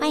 欢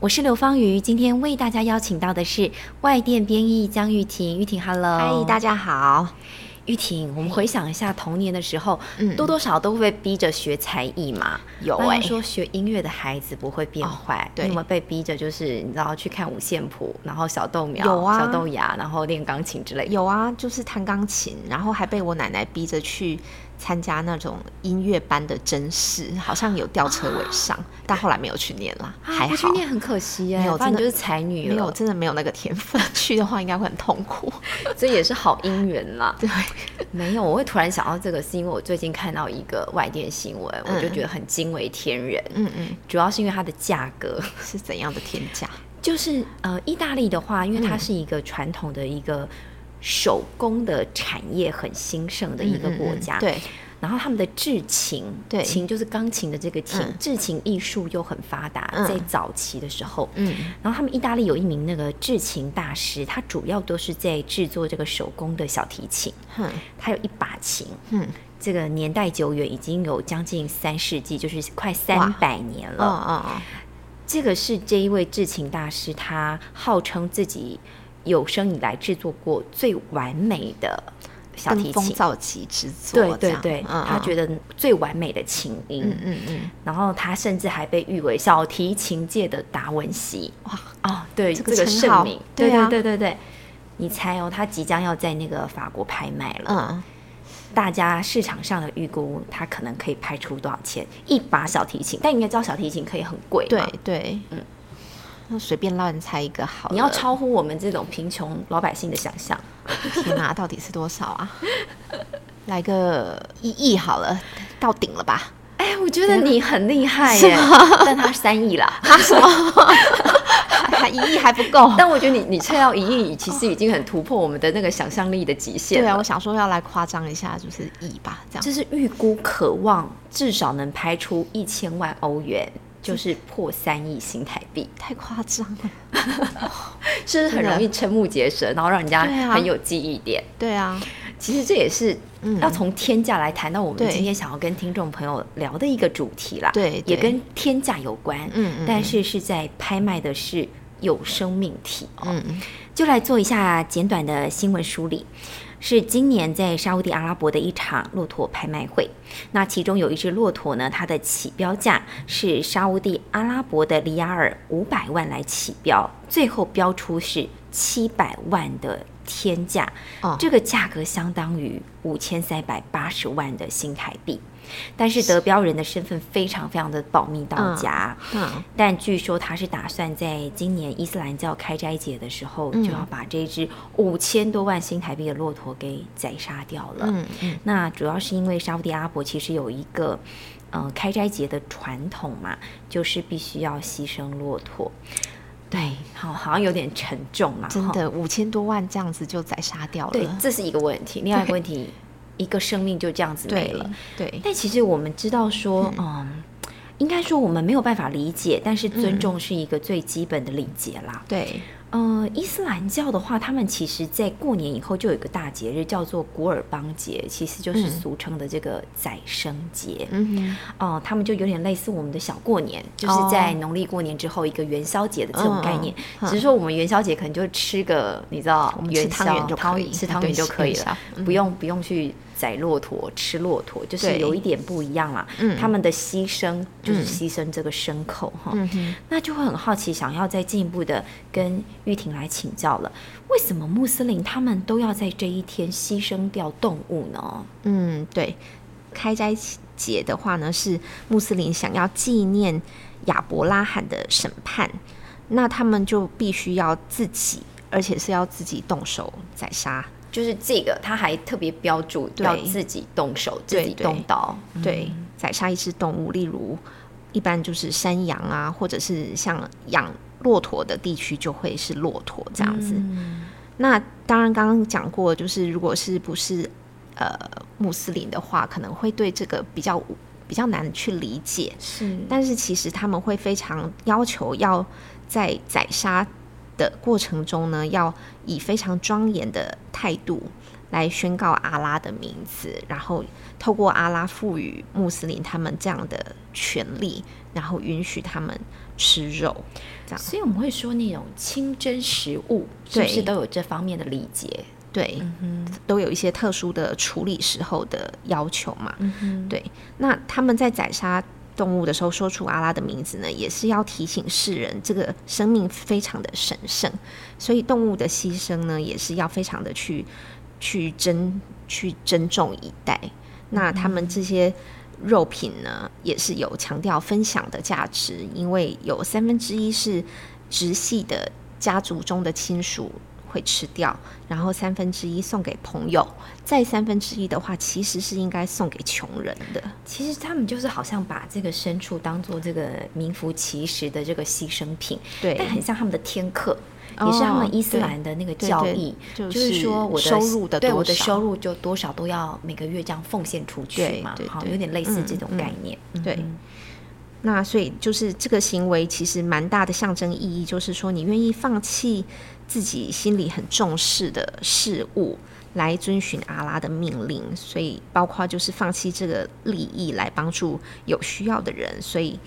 我是刘芳瑜，今天为大家邀请到的是外电编译江玉婷。玉婷，Hello！嗨，大家好。玉婷，我们回想一下童年的时候，嗯多多少少都会被逼着学才艺嘛。哦有那哎、要说学音乐的孩子不会变坏，对你有没有被逼着就是你知道去看五线谱，然后小豆苗、有啊小豆芽，然后练钢琴之类的？有啊，就是弹钢琴，然后还被我奶奶逼着去参加那种音乐班的甄试，好像有吊车尾上，但后来没有啊去念啦，还啊不去好。念很可惜耶，没有不然你就真是的才女了，没有，真的没有那个天分。去的话应该会很痛 苦。这也是好姻缘啦。对， 没有，我会突然想到这个，是因为我最近看到一个外电新闻，嗯我就觉得很惊为天人。嗯嗯，主要是因为它的价格， 是怎样的天价？就是呃，意大利的话，因为它嗯是一个传统的一个手工的产业很兴盛的一个嗯嗯国嗯家，对，然后他们的制琴，对琴就是钢琴的这个琴嗯，制琴艺术又很发达，嗯在早期的时候，嗯然后他们意大利有一名那个制琴大师，他主要都是在制作这个手工的小提琴，哼他有一把琴，哼，这个年代久远，已经有将近三世纪，就是快三哇百年哦了。哦哦，这个是这一位制琴大师，他号称自己有生以来制作过最完美的小提跟风琴。噪极之作对这对样，对，嗯他觉得，得最完美的琴音，嗯嗯嗯，然后他甚至还被誉为小提琴界的达文西。哇哦，对，这这个个称盛号名，对啊对对对对，你猜哦，他即将要在那个法国拍卖了，嗯，大家市场上的预估，他可能可以拍出多少钱一把小提琴？但你也知道，小提琴可以很贵，对。对，嗯，那随便乱猜一个好了。你要超乎我们这种贫穷老百姓的想象，天 哪、到底是多少啊？来个一亿好了，到顶 了吧？哎，我觉得你很厉害耶！ 但他三亿啦，还还一亿还不够？ 但我觉得你你测到一亿，其实已经很突破我们的那个想象力的极限对了。啊，我想说要来夸张一下，就是亿吧，这样。就是预估渴望至少能拍出一千万欧元，就是破三亿新台币，太夸张了，是不是很真的容易瞠目结舌，然后让人家对啊很有记忆点？对啊，其实这也是嗯要从天价来谈到我们对今天想要跟听众朋友聊的一个主题啦，对也对跟天价有关，嗯嗯但是是在拍卖的是有生命体哦，嗯，就来做一下简短的新闻梳理。是今年在沙烏地阿拉伯的一场骆驼拍卖会，那其中有一只骆驼呢，它的起标价是沙烏地阿拉伯的里雅尔五百万来起标，最后标出是七百万的天价，哦这个价格相当于五千三百八十万的新台币。但是得标人的身份非常非常的保密到嗯家，嗯，但据说他是打算在今年伊斯兰教开斋节的时候，就要把这只五千多万新台币的骆驼给宰杀掉了。嗯嗯那主要是因为沙烏地阿拉伯其实有一个，呃，开斋节的传统嘛，就是必须要牺牲骆驼。对，好，好像有点沉重嘛，真哈。的五千多万这样子就宰杀掉对了，，这是一个问题。另外一个问题，一个生命就这样子没了。对，但其实我们知道说，嗯，应该说我们没有办法理解，但是尊重是一个最基本的礼节啦。对，嗯、伊斯兰教的话，他们其实在过年以后就有一个大节日叫做古尔邦节，其实就是嗯俗称的这个宰生节。嗯哦、他们就有点类似我们的小过年，就是哦在农历过年之后一个元宵节的这种概念。嗯嗯嗯只是说我们元宵节可能就吃个，你知道，我们吃元宵汤圆就可以吃汤圆对就可以吃元了宵，嗯不用不用去宰骆驼吃骆驼，就是对有一点不一样啦。嗯他们的牺牲就是嗯牺牲这个牲口哈。嗯哼，那就会很好奇，想要再进一步的跟玉婷来请教了，为什么穆斯林他们都要在这一天牺牲掉动物呢？嗯，对，开斋节的话呢，是穆斯林想要纪念亚伯拉罕的审判，那他们就必须要自己，而且是要自己动手宰杀。就是这个，他还特别标注对要自己动手、自对己动刀。对，宰杀一只动物，例如一般就是山羊啊，或者是像养骆驼的地区就会是骆驼这样子。嗯那当然，刚刚讲过，就是如果是不是呃穆斯林的话，可能会对这个比较比较难去理解。是但是其实他们会非常要求要在宰杀的过程中呢，要以非常庄严的态度来宣告阿拉的名字，然后透过阿拉赋予穆斯林他们这样的权利，然后允许他们吃肉。这样所以我们会说那种清真食物是不是对都有这方面的理解？对，嗯都有一些特殊的处理时候的要求嘛。嗯哼，对，那他们在宰杀动物的时候说出阿拉的名字呢，也是要提醒世人这个生命非常的神圣，所以动物的牺牲呢，也是要非常的去去珍去珍重以待。那他们这些肉品呢，也是有强调分享的价值，因为有三分之一是直系的家族中的亲属会吃掉，然后三分之一送给朋友，再三分之一的话，其实是应该送给穷人的。其实他们就是好像把这个牲畜当做这个名副其实的这个牺牲品，对，但很像他们的天课，哦也是他们伊斯兰的那个教义，对对对就是说我的就是收入的对多我的少收入就多少都要每个月这样奉献出去对嘛对，好，对有点类似嗯这种嗯概念。嗯对。那所以就是这个行为其实蛮大的象征意义，就是说你愿意放弃自己心里很重视的事物，来遵循阿拉的命令。所以包括就是放弃这个利益来帮助有需要的人。所以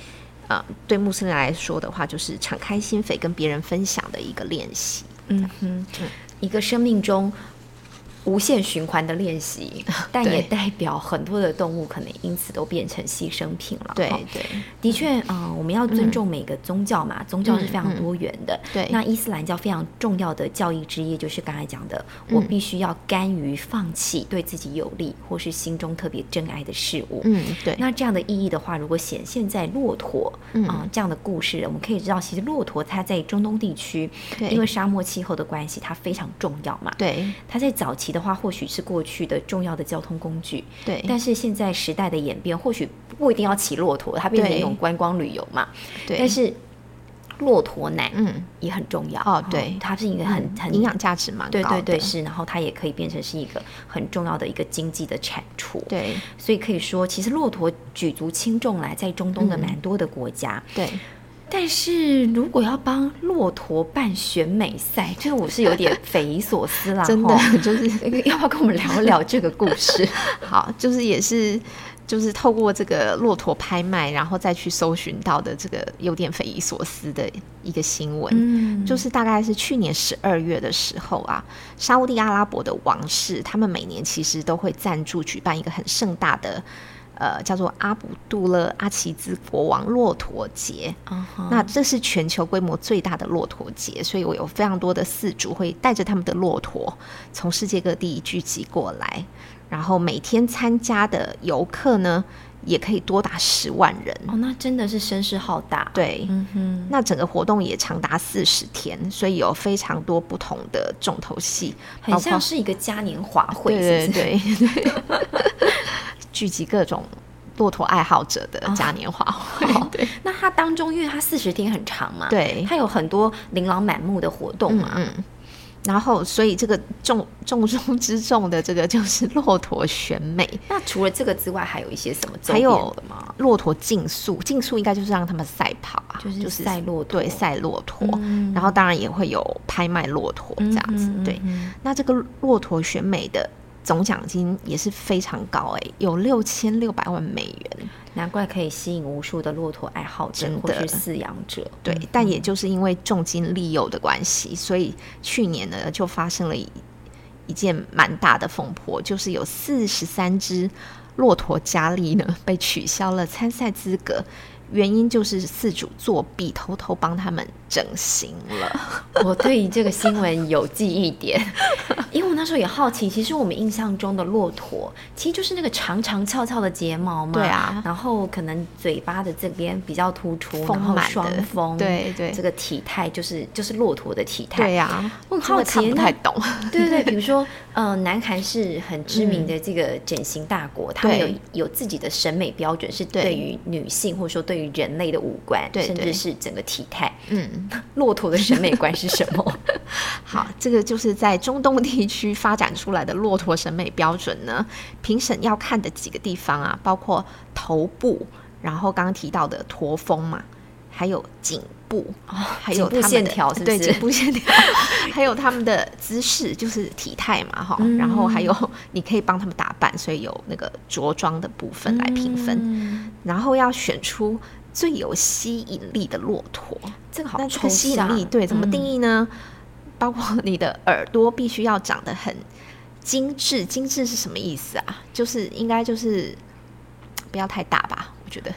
呃，对穆斯林来说的话，就是敞开心扉跟别人分享的一个练习。嗯哼，一个生命中无限循环的练 习，但也代表很多的动物可能因此都变成牺牲品了。对嗯哈对的确，呃，我们要尊重每个宗教嗯嘛，宗教是非常多元的。对那伊斯兰教非常重要的教义之一，就是刚才讲的，嗯我必须要甘于放弃对自己有利或是心中特别珍爱的事物。嗯对，那这样的意义的话，如果显现在骆驼啊、嗯这样的故事，我们可以知道，其实骆驼它在中东地区，对因为沙漠气候的关系，它非常重要嘛。对它在早期的话，或许是过去的重要的交通工具，对，但是现在时代的演变，或许不一定要骑骆驼，它变成一对种观光旅游嘛。对但是骆驼奶嗯也很重要啊哦对嗯它是一个很很营养价值蛮高对的，对对是，然后它也可以变成是一个很重要的一个经济的产出。对所以可以说，其实骆驼举足轻重来，在中嗯东的蛮多的国家。对但是如果要帮骆驼办选美赛，这个我是有点匪夷所思啦。 真的吼就是要不要跟我们聊一聊这个故 事？好，就是也是就是透过这个骆驼拍卖，然后再去搜寻到的这个有点匪夷所思的一个新闻。嗯，就是大概是去年十二月的时候啊，沙烏地阿拉伯的王室，他们每年其实都会赞助举办一个很盛大的，呃，叫做阿卜杜勒阿齐兹国王骆驼节。嗯哼那这是全球规模最大的骆驼节，所以我有非常多的饲主会带着他们的骆驼从世界各地聚集过来，然后每天参加的游客呢，也可以多达十万人。哦，那真的是声势浩大。，对，嗯哼，那整个活动也长达四十天，所以有非常多不同的重头戏，很包括像是一个嘉年华会，是对不是？对对对， 聚集各种骆驼爱好者的哦嘉年华会。 对那它当中，因为它四十天很长嘛，，对，它有很多琳琅满目的活动嘛，嗯嗯。然后，所以这个 重重中之重的这个就是骆驼选美，那除了这个之外，还有一些什么周还边有的吗？骆驼竞速，竞速应该就是让他们赛跑啊，就是赛骆驼对，赛骆驼。嗯然后当然也会有拍卖骆驼这样子，对。那这个骆驼选美的总奖金也是非常高诶、有六千六百万美元。难怪可以吸引无数的骆驼爱好者真或是的饲养者。 对，但也就是因为重金利诱的关系，所以去年呢就发生了一一件蛮大的风波，就是有四十三只骆驼佳丽呢被取消了参赛资格，原因就是饲主作弊，偷偷帮他们整形了。我对于这个新闻有记忆点， 因为我那时候也好奇，其实我们印象中的骆驼其实就是那个长长翘翘的睫毛嘛，对啊然后可能嘴巴的这边比较突出，丰然后满的双峰，对对这个体态就是就是骆驼的体态，对啊呀、我很真好的看奇不那太懂。 对对 对，比如说，呃，南韩是很知名的这个整形大国，他们有嗯对有自己的审美标准，是对对于女性或者说对于人类的五官，对甚至对是整个体态，嗯，骆驼的审美观是什 么？好，这个就是在中东地区发展出来的骆驼审美标准呢， 评审要看的几个地方啊，包括头部，然后刚刚提到的驼峰嘛，还有颈部，还有哦颈部他们线的条是不对是颈部线条， 还有他们的姿势，就是体态嘛哈，嗯然后还有 你可以帮他们打扮，所以有那个着装的部分来评分，嗯然后要选出最有吸引力的骆驼。这个那好这抽个吸引象力对怎么定嗯义呢？包括你的耳朵必须要长得很精致，精致是什么意思啊？就是应该就是不要太大吧，我觉得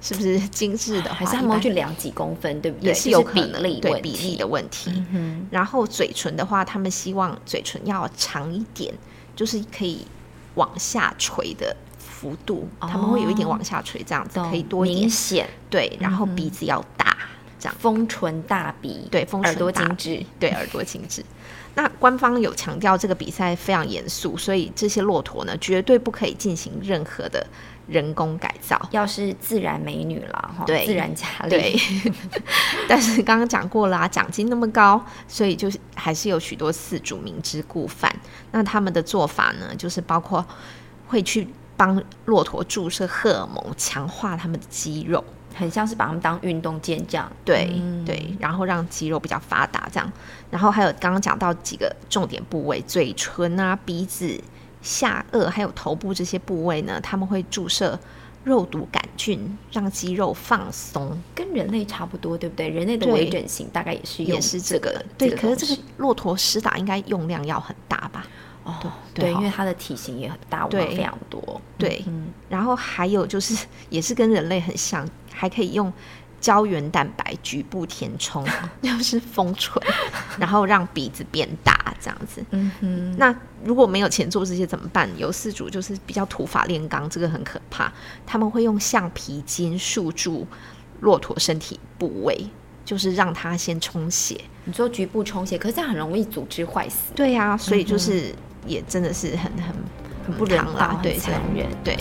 是不是精致的话，还是他一们会般去量几公分，对不对？也是就有可比能例对问比题例的问题。嗯哼然后嘴唇的话，他们希望嘴唇要长一点，就是可以往下垂的幅度，他们会有一点哦往下垂，这样子可以懂多一明点。显，对，然后鼻子要大，这样。丰唇大鼻，对丰耳唇朵大精致，对耳朵精致。那官方有强调这个比赛非常严肃，所以这些骆驼呢绝对不可以进行任何的人工改造。要是自然美女啦，哈，对自然佳丽，对， 但是刚刚讲过啦、奖金那么高，所以就是还是有许多饲主明知故犯。那他们的做法呢，就是包括会去帮骆驼注射荷尔蒙，强化它们的肌肉。很像是把他们当运动健将，对、嗯对，然后让肌肉比较发达这样。然后还有刚刚讲到几个重点部位，嘴唇啊、鼻子、下颚还有头部这些部位呢，他们会注射肉毒杆菌，让肌肉放松，跟人类差不多，对不对？人类的对微整形大概也是也用是这个。对，这可是东这个西骆驼施打应该用量要很大吧？哦，对对，哈因为它的体型也很大，我对非常多，对嗯，然后还有就是，也是跟人类很像，还可以用胶原蛋白局部填 充，就是丰唇，然后让鼻子变大这样子。嗯哼，那如果没有钱做这些怎么办？有四主就是比较土法炼钢，这个很可怕。他们会用橡皮筋束住骆驼身体部位，就是让它先充血。你说局部充血，可是这样很容易组织坏死，对啊，所以就是也真的是很很很不人疼道，啦，嗯很对，这残样忍。对。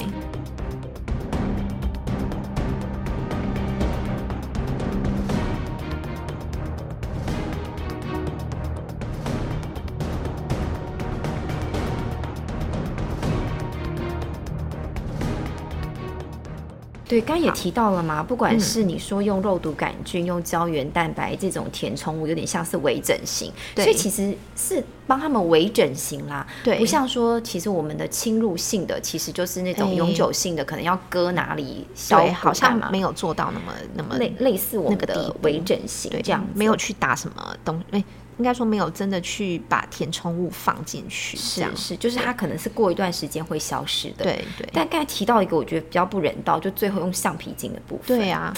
对，刚刚也好嗯提到了嘛，不管是你说用肉毒杆菌、用胶原蛋白这种填充物，有点像是微整形，所对以其实是帮他们微整形啦。对不像说其实我们的侵入性的，其实就是那种哎永久性的，可能要割哪里消对，骨好干像嘛没有做到那么那么类类似我们那个地的步微整形对这样子，没有去打什么东，哎、应该说没有真的去把填充物放进去，这是样是，就是它可能是过一段时间会消失的。。对对但刚才提到一个我觉得比较不人道，就最后用橡皮筋的部分。对、啊，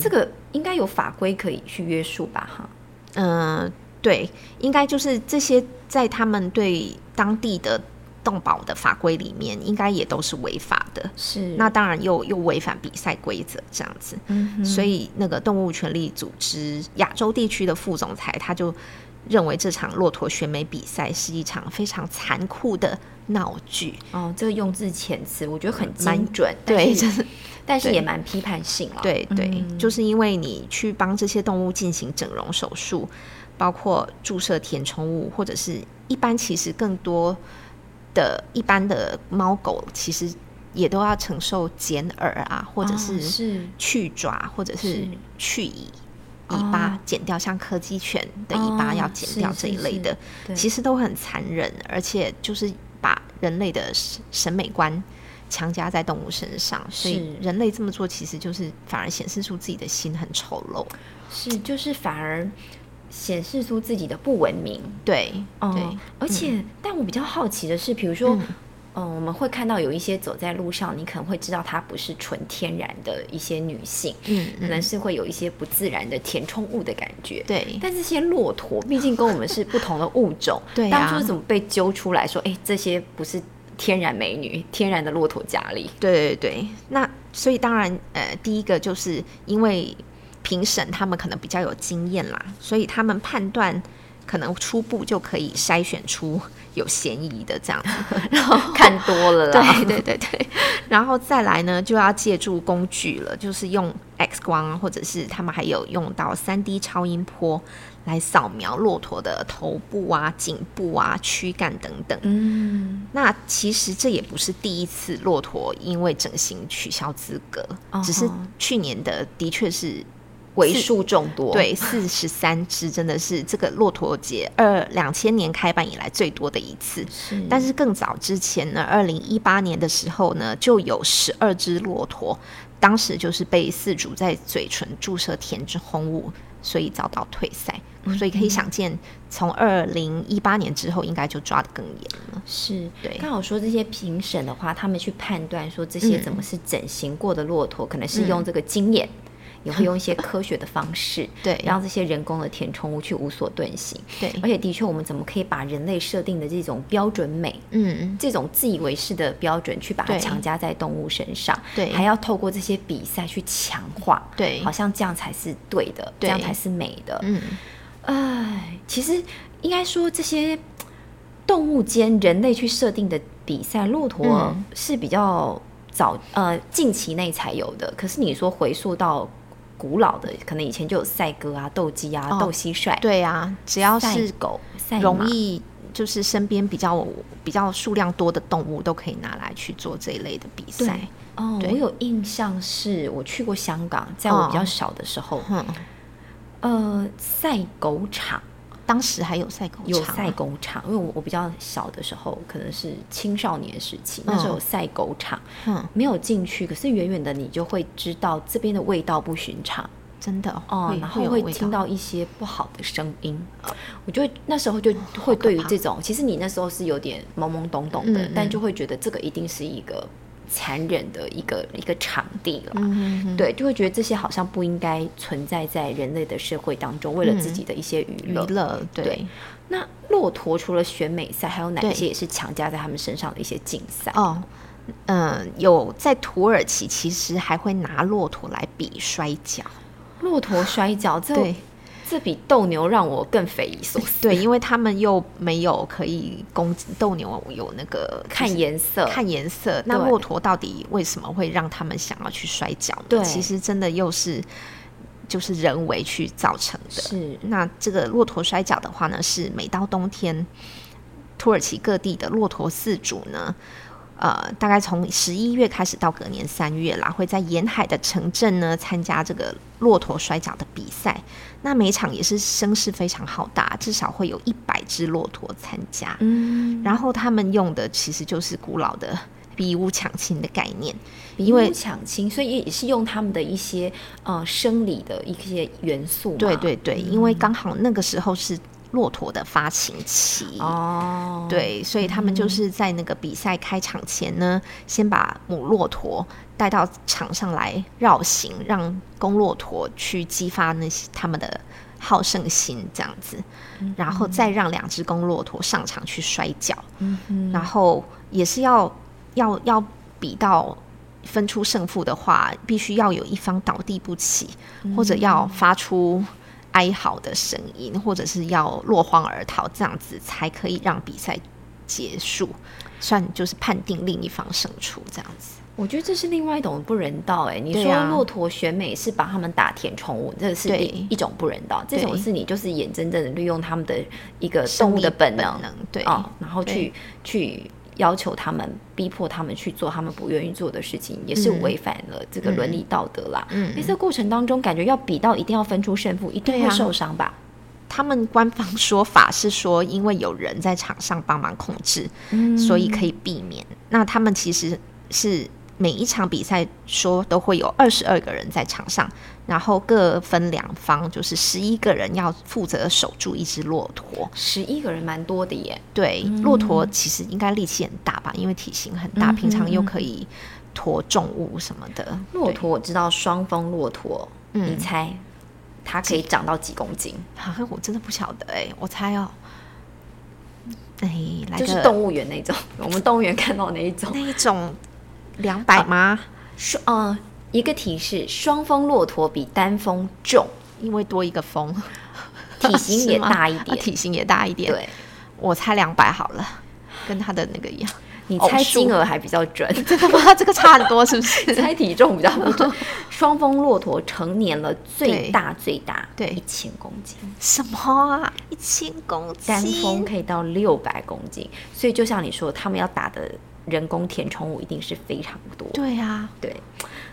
这个应该有法规可以去约束吧？哈，嗯，对，应该就是这些在他们对当地的动保的法规里面，应该也都是违法的。是那当然又又违反比赛规则这样子，所以那个动物权利组织亚洲地区的副总裁他就认为这场骆驼选美比赛是一场非常残酷的闹剧，哦，这个用字遣词我觉得很蛮精准，对，但真是的但是对也蛮批判性了。对对，就是因为你去帮这些动物进行整容手术，包括注射填充物，或者是一般其实更多的一般的猫狗其实也都要承受剪耳啊，或哦，者是是去爪，或者是是去尾。哦尾巴剪掉，像柯基犬的尾巴哦要剪是掉是这一类的，对其实都很残忍，而且就是把人类的审审美观强加在动物身上，所以是人类这么做其实就是反而显示出自己的心很丑陋。是就是反而显示出自己的不文明。对，哦对，而且、但我比较好奇的是，比如说。嗯嗯我们会看到有一些走在路上，你可能会知道她不是纯天然的一些女性，嗯可能是会有一些不自然的填充物的感觉。对，，但这些骆驼毕竟跟我们是不同的物种 对啊当初是怎么被揪出来说，哎，这些不是天然美女， 天然的骆驼佳 丽？对对对，那所以当然，呃，第一个就是因为评审他们可能比较有经验啦，所以他们判断可能初步就可以筛选出有嫌疑的这样子，看多了啦。对对对对， 然后再来呢，就要借助工具了，就是用 X 光，或者是他们还有用到三 D 超音波来扫描骆驼的头部啊、颈部啊、躯干等等。嗯，那其实这也不是第一次骆驼因为整形取消资格，哦吼只是去年的的确是 为数众多。，对，四十三只真的是这个骆驼节二两千年开办以来最多的一次。是但是更早之前呢，二零一八年的时候呢，就有十二只骆驼，当时就是被饲主在嘴唇注射田之红物，所以遭到退赛。嗯所以可以想见，从二零一八年之后，应该就抓得更严了。是对刚好说这些评审的话，他们去判断说这些嗯怎么是整形过的骆驼，可能是用这个经验。也会用一些科学的方 式，对让这些人工的填充物去无所遁形。对而且的确，我们怎么可以把人类设定的这种标准美、嗯，这种自以为是的标准去把它对强加在动物身上？对还要透过这些比赛去强化，对好像这样才是对的，这对样才是美的。嗯，哎，其实应该说这些动物间人类去设定的比赛，骆驼嗯是比较早、呃近期内才有的。可是你说回溯到古老的，可能以前就有赛鸽啊、斗鸡啊、哦斗蟋蟀、对啊，只要赛是狗、赛马容易就是身边比较比较数量多的动物，都可以拿来去做这一类的比赛。哦，对我有印象是我去过香港，在我比较哦小的时候，嗯，呃，赛狗场。当时还有赛狗场啊，有赛狗场，因为我我比较小的时候，可能是青少年时期，那时候有赛狗场，嗯，没有进去，可是远远的你就会知道这边的味道不寻常真的哦，会然后有会味听道到嗯一些不好的声音，呃我就会那时候就会对于怕这种，其实你那时候是有点懵懵懂懂的，嗯嗯但就会觉得这个一定是一个残忍的一个一个场地了。嗯哼对，就会觉得这些好像不应该存在在人类的社会当中，为了自嗯己的一些娱乐对对那骆驼除了选美赛，还有哪对些也是强加在他们身上的一些竞赛？哦。嗯，有在土耳其，其实还会拿骆驼来比摔跤，骆驼摔跤，这对这比斗牛让我更匪夷所思。对，因为他们又没有可以攻击斗牛，有那个就是看颜色，看颜色。那嗯对骆驼到底为什么会让他们想要去摔跤呢？对其实真的又是就是人为去造成的。是那这个骆驼摔跤的话呢，是每到冬天，土耳其各地的骆驼饲主呢，呃，大概从十一月开始到隔年三月啦，会在沿海的城镇呢参加这个骆驼摔跤的比赛。那每场也是声势非常浩大，至少会有一百只骆驼参加。嗯，然后他们用的其实就是古老的比武抢亲的概念，因因为为抢亲，所以也是用他们的一些呃生理的一些元素嘛。对对对，因嗯为刚好那个时候是骆驼的发情期。哦，对，所以他们就是在那个比赛开场前呢，先把母骆驼带到场上来绕行，让公骆驼去激发那些他们的好胜心，这样子，然后再让两只公骆驼上场去摔跤，嗯哼，然后也是要要要比到分出胜负的话，必须要有一方倒地不起，嗯或者要发出哀嚎的声音，或者是要落荒而逃，这样子才可以让比赛结束，算就是判定另一方胜出这样子。我觉得这是另外一种不人道哎、你对说啊骆驼选美是把他们打填宠物，这是对一一种不人道。这种对是你就是眼睁睁的利用他们的一个动物的本能，生理能对、哦，然后对去去要求他们，逼迫他们去做他们不愿意做的事情，也是嗯违反了这个伦理道德啦。嗯因为这过程当中，感觉要比到一定要分出胜负，一定对会啊受伤吧？他们官方说法是说，因为有人在场上帮忙控制，嗯所以可以避免。那他们其实是每一场比赛说都会有二十二个人在场上，然后各分两方，就是十一个人要负责守住一只骆驼。十一个人蛮多的耶。对，骆驼其实应该力气很大吧，因为体型很大，嗯嗯哼平常又可以驮重物什么的。骆驼我知道，双峰骆驼，嗯你猜它可以长到几公斤？好啊像我真的不晓得哎、我猜哦，哎、来就个是动物园那种， 我们动物园看到那一种那。一种两百吗？双呃， 一个提示：双峰骆驼比单峰重。 因为多一个风。体型也大一啊点。体型也大一点。，对，我猜两百好了，跟他的那个一样。你偶猜数金额还比较准，真的吗？ 这个差很多，是不是？ 猜体重比较不准。 双峰骆驼成年了，最对大最大对一千公斤， 什么啊？一千公斤？单峰可以到六百公斤，所以就像你说，他们要打的人工填充物一定是非常多。对啊，对，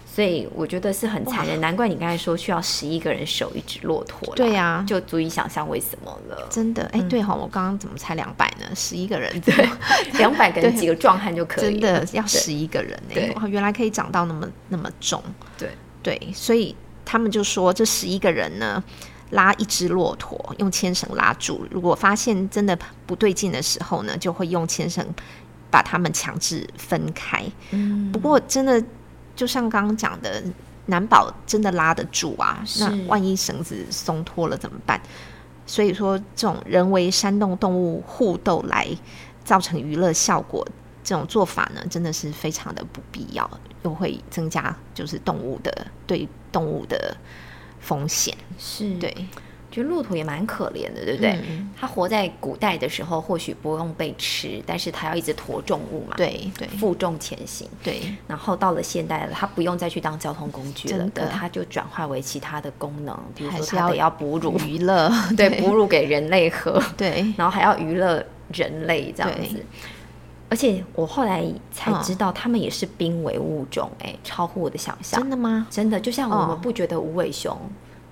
所以我觉得是很残忍，难怪你刚才说需要十一个人守一只骆驼啦，对啊就足以想象为什么了。真的。哎、对哈、我刚刚怎么才两百呢？十一个人，对，两百个人对几个壮汉就可以，真的要十一个人哎、对哇，原来可以长到那么那么重。对，对，所以他们就说这十一个人呢，拉一只骆驼，用牵绳拉住。如果发现真的不对劲的时候呢，就会用牵绳把他们强制分开。嗯，不过真的就像刚刚讲的，难保真的拉得住啊。是那万一绳子松脱了怎么办？所以说，这种人为煽动动物互斗来造成娱乐效果，这种做法呢，真的是非常的不必要，又会增加就是动物的对动物的风险。是，对，觉得骆驼也蛮可怜的，对不对？嗯它活在古代的时候，或许不用被吃，但是它要一直驮重物嘛，，对对负重前行。对然后到了现代了，它不用再去当交通工具了，真的可它就转化为其他的功能，比如还说是它得要要哺乳，娱乐，对，哺乳给人类喝，对然后还要娱乐人类这样子对。而且我后来才嗯知道，他们也是濒危物种、哎、超乎我的想象。真的吗？真的，就像我们嗯不觉得无尾熊、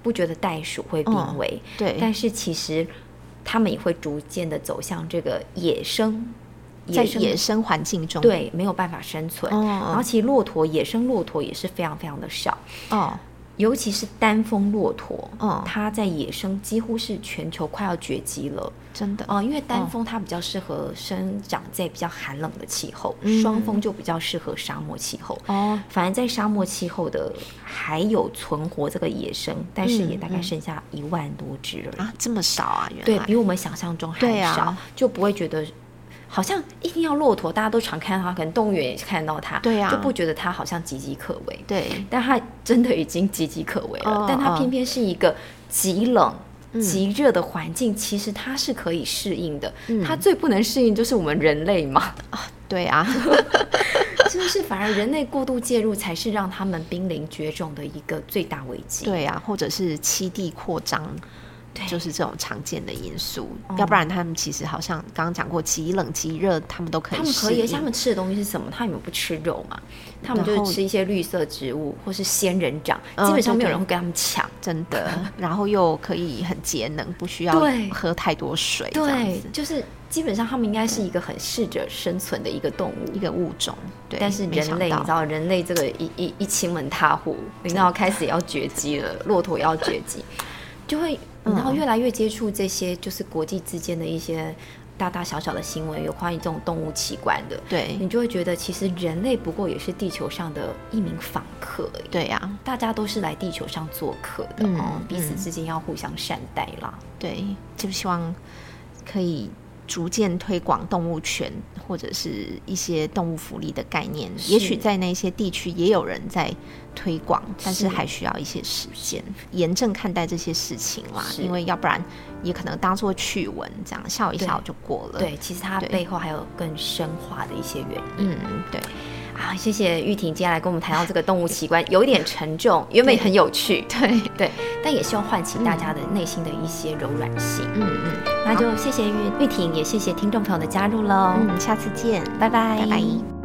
不觉得袋鼠会濒危，嗯对，但是其实他们也会逐渐的走向这个野生，在生野生环境中，对没有办法生存。嗯嗯然后其实骆驼，野生骆驼也是非常非常的少，哦，尤其是单峰骆驼，嗯它在野生几乎是全球快要绝迹了。真的哦，因为嗯单峰它比较适合生长在比较寒冷的气候，嗯双峰就比较适合沙漠气候。哦，反而在沙漠气候的还有存活这个野生，但是嗯也大概剩下一万多只而已。啊，这么少啊，原来对比我们想象中还对啊少，就不会觉得好像一定要骆驼，大家都常看到它，可能动物园也看到它，对啊就不觉得它好像岌岌可危。对但它真的已经岌岌可危了，哦但它哦偏偏是一个极冷。极热的环境，其实它是可以适应的。它最不能适应就是我们人类 嘛，对啊，就是反而人类过度介入才是让他们濒临绝种的一个最大危机。 对啊，或者是栖地扩张，对哦就是这种常见的因素。要不然他们其实好像刚刚讲过，极冷极热他们都可以他们可以，而且他们吃的东西是什么？他们不吃肉嘛？他们就是然后吃一些绿色植物或是仙人掌，嗯基本上没有对对人会跟他们抢。真的，然后又可以很节能，不需要对喝太多水，这样对子，就是基本上他们应该是一个很适者生存的一个动物一。个物种。对，但是没人想类，你到知道，人类这个一一一亲门踏户，你知道开始也要绝迹 了，骆驼也要绝迹，就会你知道越来越接触这些就是国际之间的一些大大小小的新闻，有关于这种动物奇观的，你对就会觉得其实人类不过也是地球上的一名访客而已。对啊，大家都是来地球上做客的、嗯哦，彼此嗯之间要互相善待啦。对，就希望可以。逐渐推广动物权或者是一些动物福利的概念，也是许在那些地区也有人在推广，但是是还需要一些时间，严正看待这些事情啦，是因为要不然也可能当做趣闻这样笑一笑就过呃了。，对，其实它对背后还有更深化的一些原因嗯，对，啊。谢谢玉婷接下来跟我们谈到这个动物奇观，有一点沉重，原本也很有趣， 对，对，但也希望唤起大家的内心的一些柔软性。嗯嗯那就谢谢玉玉婷，也谢谢听众朋友的加入喽，嗯，下次见，拜拜，拜拜